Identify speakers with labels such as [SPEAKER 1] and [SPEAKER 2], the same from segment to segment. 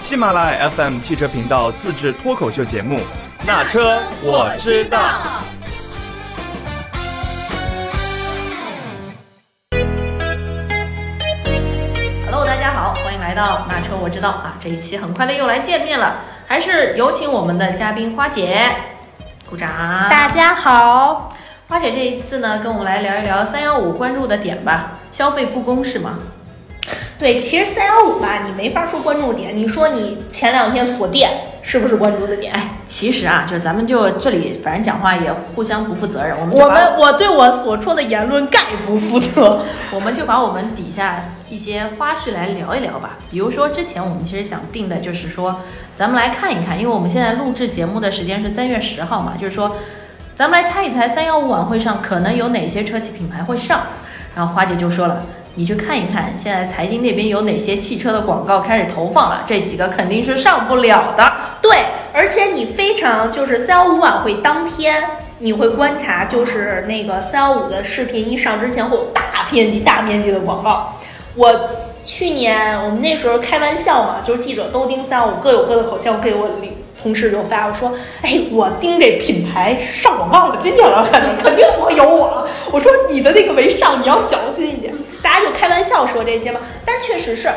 [SPEAKER 1] 喜马拉雅 FM 汽车频道自制脱口秀节目《那车我知道》。
[SPEAKER 2] Hello，大家好，欢迎来到那车我知道啊！这一期很快的又来见面了，还是有请我们的嘉宾花姐，鼓掌。
[SPEAKER 3] 大家好，
[SPEAKER 2] 花姐这一次呢，跟我们来聊一聊三幺五关注的点吧，消费不公是吗？
[SPEAKER 3] 对，其实三幺五吧，你没法说关注点，你说你前两天锁店是不是关注的点？
[SPEAKER 2] 哎，其实啊，就是咱们就这里，反正讲话也互相不负责任，我们就
[SPEAKER 3] 我
[SPEAKER 2] 把
[SPEAKER 3] 们我对我所说的言论概不负责。
[SPEAKER 2] 我们就把我们底下一些花絮来聊一聊吧。比如说，之前我们其实想定的就是说，咱们来看一看，因为我们现在录制节目的时间是三月十号嘛，就是说，咱们来猜一猜三幺五晚会上可能有哪些车企品牌会上。然后花姐就说了，你去看一看，现在财经那边有哪些汽车的广告开始投放了，这几个肯定是上不了的。
[SPEAKER 3] 对，而且你非常就是三幺五晚会当天，你会观察就是那个三幺五的视频一上之前会有大面积、大面积的广告。我去年我们那时候开玩笑嘛，就是记者都盯三幺五，各有各的口径，给我领同事就发我说，哎，我盯这品牌上广告了，今天我要看，肯定不会有我。我说你的那个没上，你要小心一点。大家就开玩笑说这些嘛，但确实是，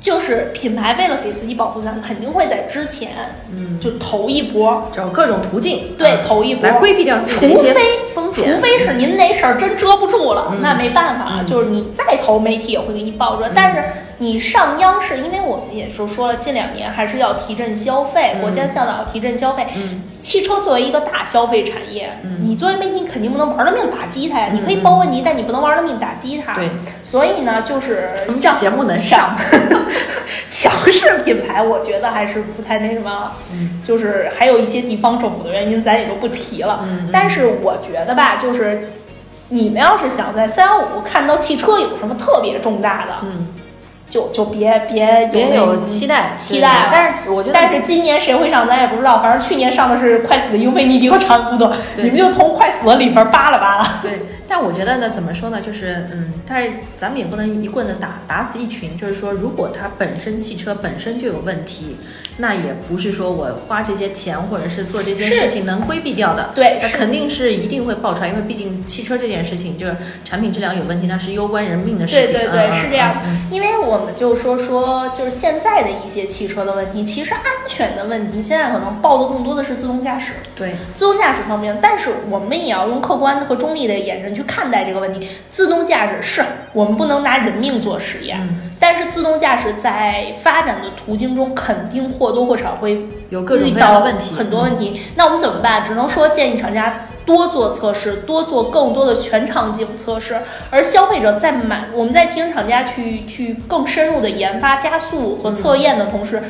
[SPEAKER 3] 就是品牌为了给自己保护伞，肯定会在之前
[SPEAKER 2] 嗯，
[SPEAKER 3] 就投一波，
[SPEAKER 2] 找各种途径嗯
[SPEAKER 3] 对，投一波，
[SPEAKER 2] 来规避掉自己的一
[SPEAKER 3] 除
[SPEAKER 2] 些
[SPEAKER 3] 非
[SPEAKER 2] 风
[SPEAKER 3] 除
[SPEAKER 2] 险。
[SPEAKER 3] 非是您那事儿真遮不住了，
[SPEAKER 2] 嗯
[SPEAKER 3] 那没办法，
[SPEAKER 2] 嗯
[SPEAKER 3] 就是你再投媒体也会给你报热。
[SPEAKER 2] 嗯
[SPEAKER 3] 但是你上央视，因为我们也就说了，近两年还是要提振消费，
[SPEAKER 2] 嗯
[SPEAKER 3] 国家向导提振消费。
[SPEAKER 2] 嗯
[SPEAKER 3] 汽车作为一个大消费产业，
[SPEAKER 2] 嗯
[SPEAKER 3] 你作为媒体，你肯定不能玩了命打击它呀。
[SPEAKER 2] 嗯
[SPEAKER 3] 你可以包问题，但你不能玩了命打击它。
[SPEAKER 2] 对，
[SPEAKER 3] 所以呢，就是
[SPEAKER 2] 我们这
[SPEAKER 3] 像
[SPEAKER 2] 节目能上，
[SPEAKER 3] 强势品牌，我觉得还是不太那什么了。
[SPEAKER 2] 嗯
[SPEAKER 3] 就是还有一些地方政府的原因，咱也就不提了。
[SPEAKER 2] 嗯嗯
[SPEAKER 3] 但是我觉得吧，就是你们要是想在三幺五看到汽车有什么特别重大的，
[SPEAKER 2] 嗯。
[SPEAKER 3] 就就别别
[SPEAKER 2] 别
[SPEAKER 3] 有那
[SPEAKER 2] 有期待，
[SPEAKER 3] 期待
[SPEAKER 2] 对但是我觉得，
[SPEAKER 3] 但是今年谁会上咱也不知道，反正去年上的是快死的英菲尼迪和长安福特，
[SPEAKER 2] 对
[SPEAKER 3] 你们就从快死的里边扒拉扒拉。
[SPEAKER 2] 对，但我觉得呢，怎么说呢，就是嗯，但是咱们也不能一棍子打打死一群，就是说，如果它本身汽车本身就有问题，那也不是说我花这些钱或者是做这些
[SPEAKER 3] 是
[SPEAKER 2] 事情能规避掉的。
[SPEAKER 3] 对，
[SPEAKER 2] 那
[SPEAKER 3] 是
[SPEAKER 2] 肯定是一定会爆出来，因为毕竟汽车这件事情，就是产品质量有问题，那是攸关人命的事情。
[SPEAKER 3] 对对对
[SPEAKER 2] 嗯
[SPEAKER 3] 是这样。
[SPEAKER 2] 嗯
[SPEAKER 3] 因为我们就说说，就是现在的一些汽车的问题，其实安全的问题，现在可能报的更多的是自动驾驶。
[SPEAKER 2] 嗯对，
[SPEAKER 3] 自动驾驶方面，但是我们也要用客观和中立的眼神去看待这个问题。自动驾驶是我们不能拿人命做实验，
[SPEAKER 2] 嗯，
[SPEAKER 3] 但是自动驾驶在发展的途径中，肯定或多或少会
[SPEAKER 2] 有各种
[SPEAKER 3] 遇
[SPEAKER 2] 各样
[SPEAKER 3] 到
[SPEAKER 2] 的问题，嗯
[SPEAKER 3] 很多问题。那我们怎么办？只能说建议厂家多做测试，多做更多的全场景测试，而消费者在买，我们在提醒厂家去去更深入的研发、加速
[SPEAKER 2] 嗯
[SPEAKER 3] 和测验的同时。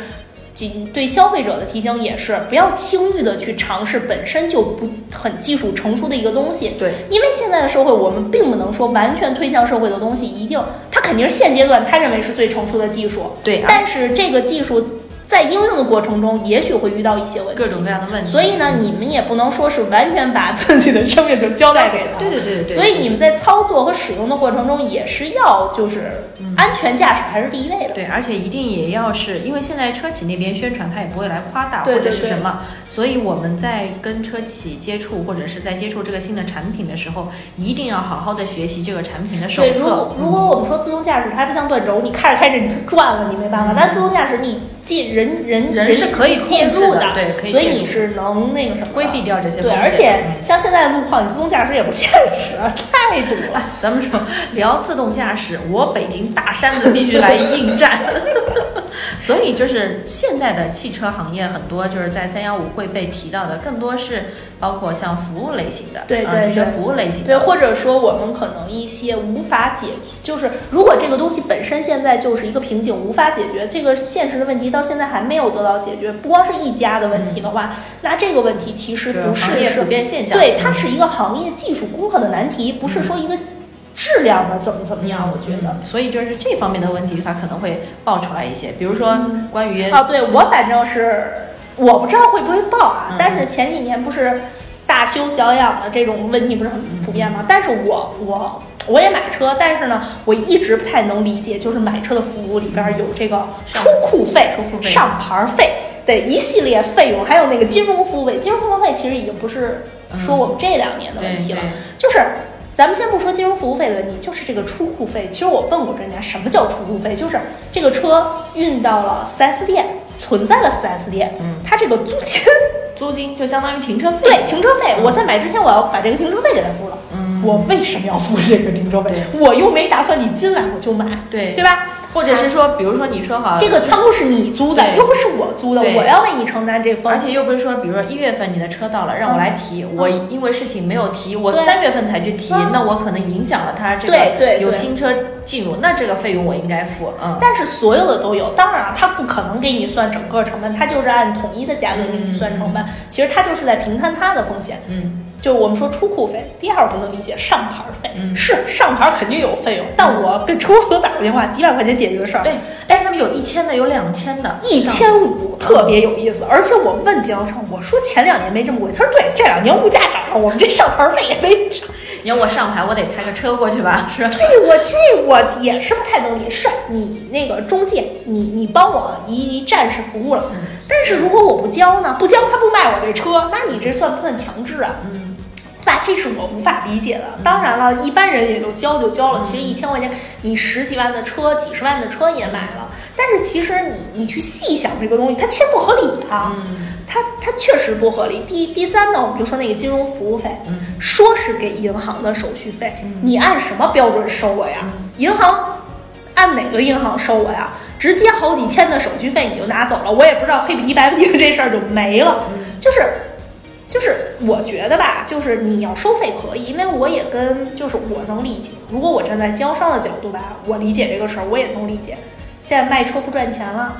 [SPEAKER 3] 仅对消费者的提醒也是，不要轻易的去尝试本身就不很技术成熟的一个东西，
[SPEAKER 2] 对。
[SPEAKER 3] 因为现在的社会，我们并不能说完全推向社会的东西一定，它肯定是现阶段他认为是最成熟的技术，
[SPEAKER 2] 对，
[SPEAKER 3] 但是这个技术在应用的过程中，也许会遇到一些问题，
[SPEAKER 2] 各种各样的问题。
[SPEAKER 3] 所以呢，你们也不能说是完全把自己的生命就交代给他。
[SPEAKER 2] 对对对对对，
[SPEAKER 3] 所以你们在操作和使用的过程中，也是要就是
[SPEAKER 2] 嗯
[SPEAKER 3] 安全驾驶还是第一位的。
[SPEAKER 2] 对，而且一定也要是因为现在车企那边宣传，他也不会来夸大
[SPEAKER 3] 对
[SPEAKER 2] 或
[SPEAKER 3] 对
[SPEAKER 2] 者是
[SPEAKER 3] 对
[SPEAKER 2] 什么，所以我们在跟车企接触或者是在接触这个新的产品的时候，一定要好好的学习这个产品的手
[SPEAKER 3] 对，如
[SPEAKER 2] 册
[SPEAKER 3] 果。如果我们说自动驾驶，它不像断轴，你开着开着你就转了，你没办法。
[SPEAKER 2] 嗯
[SPEAKER 3] 但自动驾驶你介人人
[SPEAKER 2] 嗯人是可以
[SPEAKER 3] 介
[SPEAKER 2] 控制
[SPEAKER 3] 入
[SPEAKER 2] 对，可以
[SPEAKER 3] 所以
[SPEAKER 2] 介
[SPEAKER 3] 你
[SPEAKER 2] 入
[SPEAKER 3] 是能那个什么的
[SPEAKER 2] 嗯规避掉这些
[SPEAKER 3] 对，
[SPEAKER 2] 风
[SPEAKER 3] 而且
[SPEAKER 2] 险嗯
[SPEAKER 3] 像现在的路况，你自动驾驶也不现实，太堵了。
[SPEAKER 2] 咱们说聊自动驾驶，我北京大山子必须来应战。 所以就是现在的汽车行业，很多就是在三幺五会被提到的，更多是包括像服务类型的，
[SPEAKER 3] 对
[SPEAKER 2] 啊，
[SPEAKER 3] 对
[SPEAKER 2] 这些
[SPEAKER 3] 对
[SPEAKER 2] 服务类型的，
[SPEAKER 3] 对，或者说我们可能一些无法解，就是如果这个东西本身现在就是一个瓶颈，无法解决这个现实的问题，到现在还没有得到解决，不光是一家的问题的话，那这个问题其实
[SPEAKER 2] 就是
[SPEAKER 3] 不
[SPEAKER 2] 嗯行
[SPEAKER 3] 是
[SPEAKER 2] 业
[SPEAKER 3] 是
[SPEAKER 2] 普，遍现象。
[SPEAKER 3] 对，它是一个行业技术攻克的难题，不是说一个质量的怎么怎么样，我觉得。
[SPEAKER 2] 嗯所以就是这方面的问题，它可能会爆出来一些，比如说关于、
[SPEAKER 3] 啊，对我反正是我不知道会不会报啊，
[SPEAKER 2] 嗯
[SPEAKER 3] 但是前几
[SPEAKER 2] 嗯
[SPEAKER 3] 年不是大修小养的这种问题不是很普遍吗？但是我我我也买车，但是呢，我一直不太能理解，就是买车的服务里边有这个
[SPEAKER 2] 上
[SPEAKER 3] 出库费、
[SPEAKER 2] 出库费
[SPEAKER 3] 上牌费的一系列费用，还有那个金融服务费。金融服务费其实已经不是
[SPEAKER 2] 嗯
[SPEAKER 3] 说我们这两年的问题了，
[SPEAKER 2] 对对
[SPEAKER 3] 就是。咱们先不说金融服务费的问题，就是这个出库费。其实我问过专家，什么叫出库费？就是这个车运到了 4S 店，存在了 4S 店，
[SPEAKER 2] 嗯
[SPEAKER 3] 它这个租金
[SPEAKER 2] 租金就相当于停车费。
[SPEAKER 3] 对，停车费，我在买之前我要把这个停车费给他付了。
[SPEAKER 2] 嗯
[SPEAKER 3] 我为什么要付这个停车费？我又没打算你进来我就买，
[SPEAKER 2] 对
[SPEAKER 3] 对吧？啊
[SPEAKER 2] 或者是说，比如说你说好
[SPEAKER 3] 这个仓库是你租的，
[SPEAKER 2] 对
[SPEAKER 3] 又不是我租的，
[SPEAKER 2] 对
[SPEAKER 3] 我要为你承担这
[SPEAKER 2] 而
[SPEAKER 3] 风险。
[SPEAKER 2] 且又不是说，比如说一月份你的车到了，让我来提，我因为事情没有提，我
[SPEAKER 3] 嗯对
[SPEAKER 2] 三月份才去提，
[SPEAKER 3] 嗯
[SPEAKER 2] 那我可能影响了他这
[SPEAKER 3] 对对
[SPEAKER 2] 个
[SPEAKER 3] 对
[SPEAKER 2] 有新车进入，那这个费用我应该付，嗯，
[SPEAKER 3] 但是所有的都有，当然了，啊他不可能给你算整个成本，他就是按统一的价格给你算成本。其实他就是在平摊他的风险。
[SPEAKER 2] 嗯，
[SPEAKER 3] 就我们说出库费，第二不能理解上牌费，
[SPEAKER 2] 嗯
[SPEAKER 3] 是上牌肯定有费用，但我跟车主打过电话，几百块钱解决事儿。
[SPEAKER 2] 对，但是他们有一千的，有两千的，
[SPEAKER 3] 一千五特别有意思，而且我问经销商，我说前两年没这么贵，他说对，这两年物价涨了，我们这上牌费也得涨。
[SPEAKER 2] 你要我上牌，我得开个车过去吧，是吧？
[SPEAKER 3] 对我这我也是不太能理解，是你那个中介，你你帮我一一站式服务了，但是如果我不交呢，不交他不卖我这车，那你这算不算强制啊？
[SPEAKER 2] 嗯，
[SPEAKER 3] 对吧？这是我无法理解的。当然了，一般人也就交就交了。其实一千块钱，你十几万的车、几十万的车也买了，但是其实你你去细想这个东西，它其实不合理
[SPEAKER 2] 嗯
[SPEAKER 3] 啊。它它确实不合理。第第三呢，我们就说那个金融服务费，说是给银行的手续费，你按什么标准收我呀？银行按哪个银行收我呀？直接好几千的手续费你就拿走了，我也不知道黑不提白不提，这事儿就没了。就是就是我觉得吧，就是你要收费可以，因为我也跟就是我能理解，如果我站在经销商的角度吧，我理解这个事儿，我也能理解。现在卖车不赚钱了，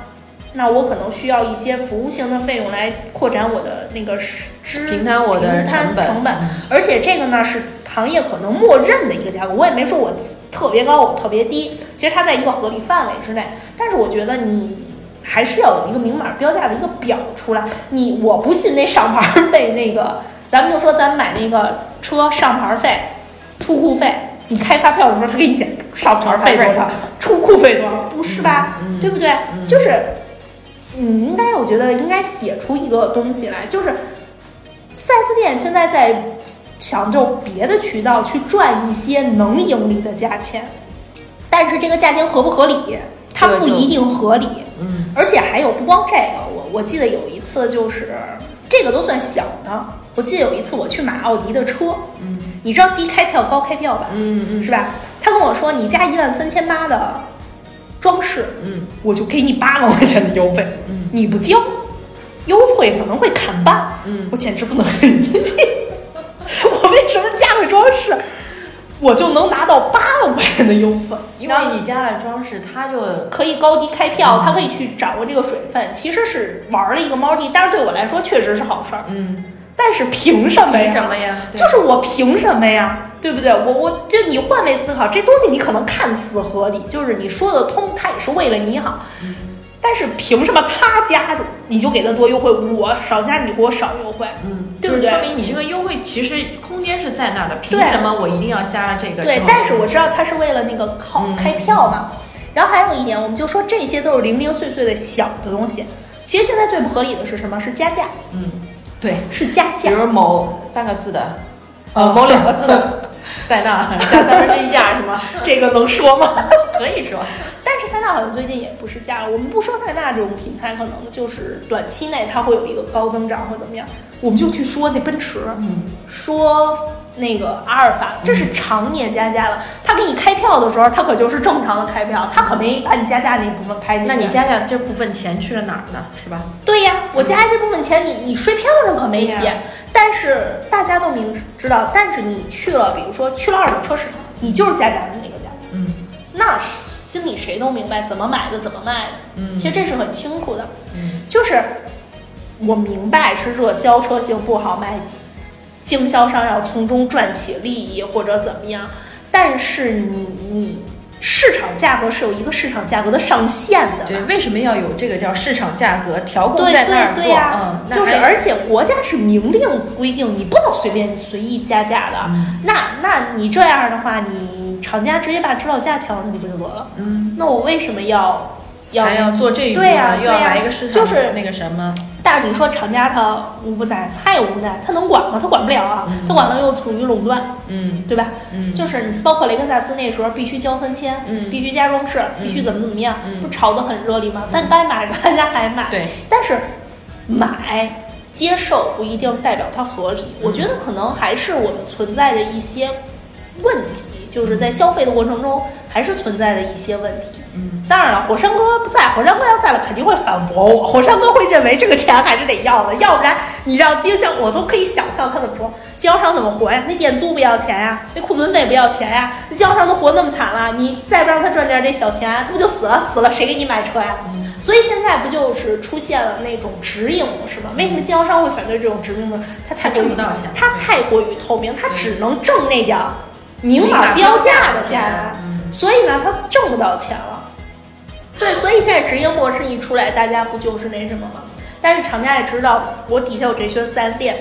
[SPEAKER 3] 那我可能需要一些服务性的费用来扩展我的那个支
[SPEAKER 2] 平摊我的
[SPEAKER 3] 平摊
[SPEAKER 2] 成本嗯
[SPEAKER 3] 而且这个呢是行业可能默认的一个价格，我也没说我特别高，我特别低，其实它在一个合理范围之内。但是我觉得你还是要有一个明码标价的一个表出来。你我不信那上牌儿费那个，咱们就说咱买那个车上牌儿费、出库费，你开发票的时候他给你写上牌儿费多少，出库费多少，不是吧？
[SPEAKER 2] 嗯嗯
[SPEAKER 3] 对不对？
[SPEAKER 2] 嗯
[SPEAKER 3] 就是你应该，我觉得应该写出一个东西来，就是四 S 店现在在想就别的渠道去赚一些能盈利的价钱，但是这个价钱合不合理，它
[SPEAKER 2] 对
[SPEAKER 3] 不
[SPEAKER 2] 就
[SPEAKER 3] 一定合理。
[SPEAKER 2] 嗯，
[SPEAKER 3] 而且还有不光这个，我我记得有一次就是这个都算小的，我记得有一次我去买奥迪的车，
[SPEAKER 2] 嗯，
[SPEAKER 3] 你知道低开票高开票吧？
[SPEAKER 2] 嗯嗯
[SPEAKER 3] 是吧？他跟我说你加一万三千八的装饰，
[SPEAKER 2] 嗯
[SPEAKER 3] 我就给你八万块钱的优惠，
[SPEAKER 2] 嗯
[SPEAKER 3] 你不交，优惠可能会砍半，
[SPEAKER 2] 嗯
[SPEAKER 3] 我简直不能理解， 我为什么加个装饰，我就能拿到八万块钱的优惠？
[SPEAKER 2] 因
[SPEAKER 3] 然后
[SPEAKER 2] 为你嗯加了装饰，他就
[SPEAKER 3] 可以高低开票，它可以去掌握这个水分，其实是玩了一个猫腻，但是对我来说确实是好事儿。
[SPEAKER 2] 嗯，
[SPEAKER 3] 但是凭什么
[SPEAKER 2] 凭
[SPEAKER 3] 呀？
[SPEAKER 2] 什么呀？对
[SPEAKER 3] 就是我凭什么呀？对不对？我我就你换位思考，这东西你可能看似合理，就是你说得通，它也是为了你好。但是凭什么他加的你就给他多优惠，我少加你给我少优惠？
[SPEAKER 2] 嗯，
[SPEAKER 3] 对
[SPEAKER 2] 就
[SPEAKER 3] 不
[SPEAKER 2] 是
[SPEAKER 3] 对
[SPEAKER 2] 说明你这个优惠其实空间是在那儿的，凭
[SPEAKER 3] 对
[SPEAKER 2] 什么我一定要加了这个之后？
[SPEAKER 3] 对，但是我知道他是为了那个靠
[SPEAKER 2] 嗯
[SPEAKER 3] 开票嘛。然后还有一点，我们就说这些都是零零碎碎的小的东西。其实现在最不合理的是什么？是加价，
[SPEAKER 2] 嗯，对，
[SPEAKER 3] 是加
[SPEAKER 2] 比
[SPEAKER 3] 价。
[SPEAKER 2] 如某三个字的，呃，某两个字的 塞纳加三分之一价是 吗？
[SPEAKER 3] 这个能说吗？
[SPEAKER 2] 可以说，
[SPEAKER 3] 但是塞纳好像最近也不是价了。我们不说塞纳这种品牌，可能就是短期内它会有一个高增长或怎么样，我们就去说那奔驰，
[SPEAKER 2] 嗯，
[SPEAKER 3] 说那个阿尔法，这是常年加价的。它给你开票的时候，它可就是正常的开票，它可没把你加价那部分开进去。
[SPEAKER 2] 那你加价这部分钱去了哪儿呢？是吧？
[SPEAKER 3] 对呀，我加这部分钱你你税票上可没
[SPEAKER 2] 对
[SPEAKER 3] 写
[SPEAKER 2] 呀，
[SPEAKER 3] 但是大家都明知道，但是你去了，比如说去了二手车市场，你就是加价的那个价，
[SPEAKER 2] 嗯，
[SPEAKER 3] 那心里谁都明白怎么买的，怎么卖的，
[SPEAKER 2] 嗯
[SPEAKER 3] 其实这是很清楚的，
[SPEAKER 2] 嗯，
[SPEAKER 3] 就是我明白是热销车型不好卖，经销商要从中赚取利益或者怎么样，但是你你市场价格是有一个市场价格的上限的，
[SPEAKER 2] 对，为什么要有这个叫市场价格调控
[SPEAKER 3] 啊对
[SPEAKER 2] 在那儿做？
[SPEAKER 3] 对对呀、
[SPEAKER 2] 嗯，
[SPEAKER 3] 就是
[SPEAKER 2] 那还
[SPEAKER 3] 而且国家是明
[SPEAKER 2] 嗯
[SPEAKER 3] 令规定，你不能随便随意加价的。那那你这样的话，你厂家直接把指导价调上去不就得了？
[SPEAKER 2] 嗯，
[SPEAKER 3] 那我为什么要要
[SPEAKER 2] 还要做这一步呢，
[SPEAKER 3] 对呀
[SPEAKER 2] 又要
[SPEAKER 3] 对呀
[SPEAKER 2] 来一个市场，
[SPEAKER 3] 就是
[SPEAKER 2] 那个什么，
[SPEAKER 3] 但是你说厂家他无不耐，他也无奈，他能管吗？他管不了啊，他管了又处于垄断，
[SPEAKER 2] 嗯
[SPEAKER 3] 对吧？
[SPEAKER 2] 嗯，
[SPEAKER 3] 就是包括雷克萨斯那时候必须交三千，
[SPEAKER 2] 嗯
[SPEAKER 3] 必须加装饰，必须怎么怎么样，
[SPEAKER 2] 嗯
[SPEAKER 3] 不炒得很热烈吗？但该买的 大家还买，
[SPEAKER 2] 对，
[SPEAKER 3] 但是买。接受不一定代表它合理，我觉得可能还是我们存在着一些问题，就是在消费的过程中还是存在着一些问题。
[SPEAKER 2] 嗯，
[SPEAKER 3] 当然了，火山哥不在，火山哥要在了肯定会反驳我。 火山哥会认为这个钱还是得要的，要不然你让经销，我都可以想象他怎么说，经销商怎么活呀？那店租不要钱呀，那库存费不要钱呀，那经销商都活那么惨了，你再不让他赚点这小钱，他不就死了？死了谁给你买车呀？
[SPEAKER 2] 嗯
[SPEAKER 3] 所以现在不就是出现了那种直营模式吗？为什么经销商会反对这种直营模式？他太过
[SPEAKER 2] 嗯他
[SPEAKER 3] 于
[SPEAKER 2] 挣不到钱
[SPEAKER 3] 他
[SPEAKER 2] 对
[SPEAKER 3] 太过于透明，他
[SPEAKER 2] 对
[SPEAKER 3] 只能挣那点儿明码标价的钱，
[SPEAKER 2] 嗯
[SPEAKER 3] 所以呢，他挣不到钱了。对，所以现在直营模式一出来，大家不就是那什么吗？但是厂家也知道，我底下有这些 4S 店，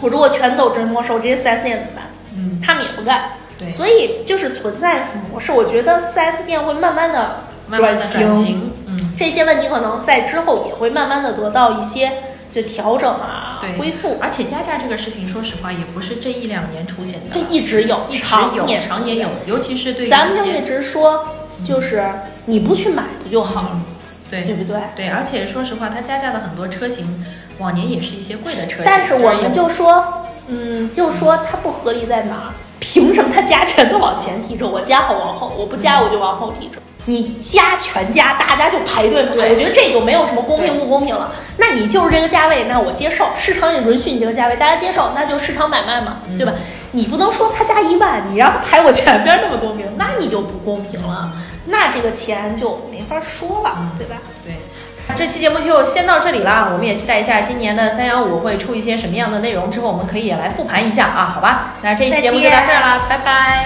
[SPEAKER 3] 我如果全走直营模式，我这些 4S 店怎么办？
[SPEAKER 2] 嗯，
[SPEAKER 3] 他们也不干。
[SPEAKER 2] 对，
[SPEAKER 3] 所以就是存在模式，我觉得 4S 店会慢慢的
[SPEAKER 2] 慢慢的转
[SPEAKER 3] 型
[SPEAKER 2] 型，嗯，
[SPEAKER 3] 这些问题可能在之后也会慢慢的得到一些就调整啊
[SPEAKER 2] 对，
[SPEAKER 3] 恢复，
[SPEAKER 2] 而且加价这个事情，说实话也不是这一两年出现的
[SPEAKER 3] 这
[SPEAKER 2] 了，
[SPEAKER 3] 一直有，
[SPEAKER 2] 一直
[SPEAKER 3] 常
[SPEAKER 2] 有，
[SPEAKER 3] 年
[SPEAKER 2] 常年有，尤其是对于
[SPEAKER 3] 咱们
[SPEAKER 2] 一
[SPEAKER 3] 就
[SPEAKER 2] 些
[SPEAKER 3] 一直说，就是你不去买不就好了，
[SPEAKER 2] 嗯对
[SPEAKER 3] 对不对？
[SPEAKER 2] 对，而且说实话，它加价的很多车型，往年也是一些贵的车型，
[SPEAKER 3] 但是我们
[SPEAKER 2] 也
[SPEAKER 3] 就说，嗯，就说它不合理在哪儿？凭什么它加钱都往前提着，我加好往后，我不
[SPEAKER 2] 嗯
[SPEAKER 3] 加我就往后提着？你加全加，大家就排队买，
[SPEAKER 2] 对
[SPEAKER 3] 我觉得这就没有什么公平
[SPEAKER 2] 对
[SPEAKER 3] 不公平了。那你就是这个价位，那我接受，市场也允许你这个价位，大家接受，那就市场买卖嘛，
[SPEAKER 2] 嗯
[SPEAKER 3] 对吧？你不能说他加一万，你让他排我前边那么多名，那你就不公平了，那这个钱就没法说了
[SPEAKER 2] 嗯，
[SPEAKER 3] 对吧？
[SPEAKER 2] 对。这期节目就先到这里啦，我们也期待一下今年的三幺五会出一些什么样的内容，之后我们可以也来复盘一下啊，好吧？那这一期节目就到这儿啦，拜拜。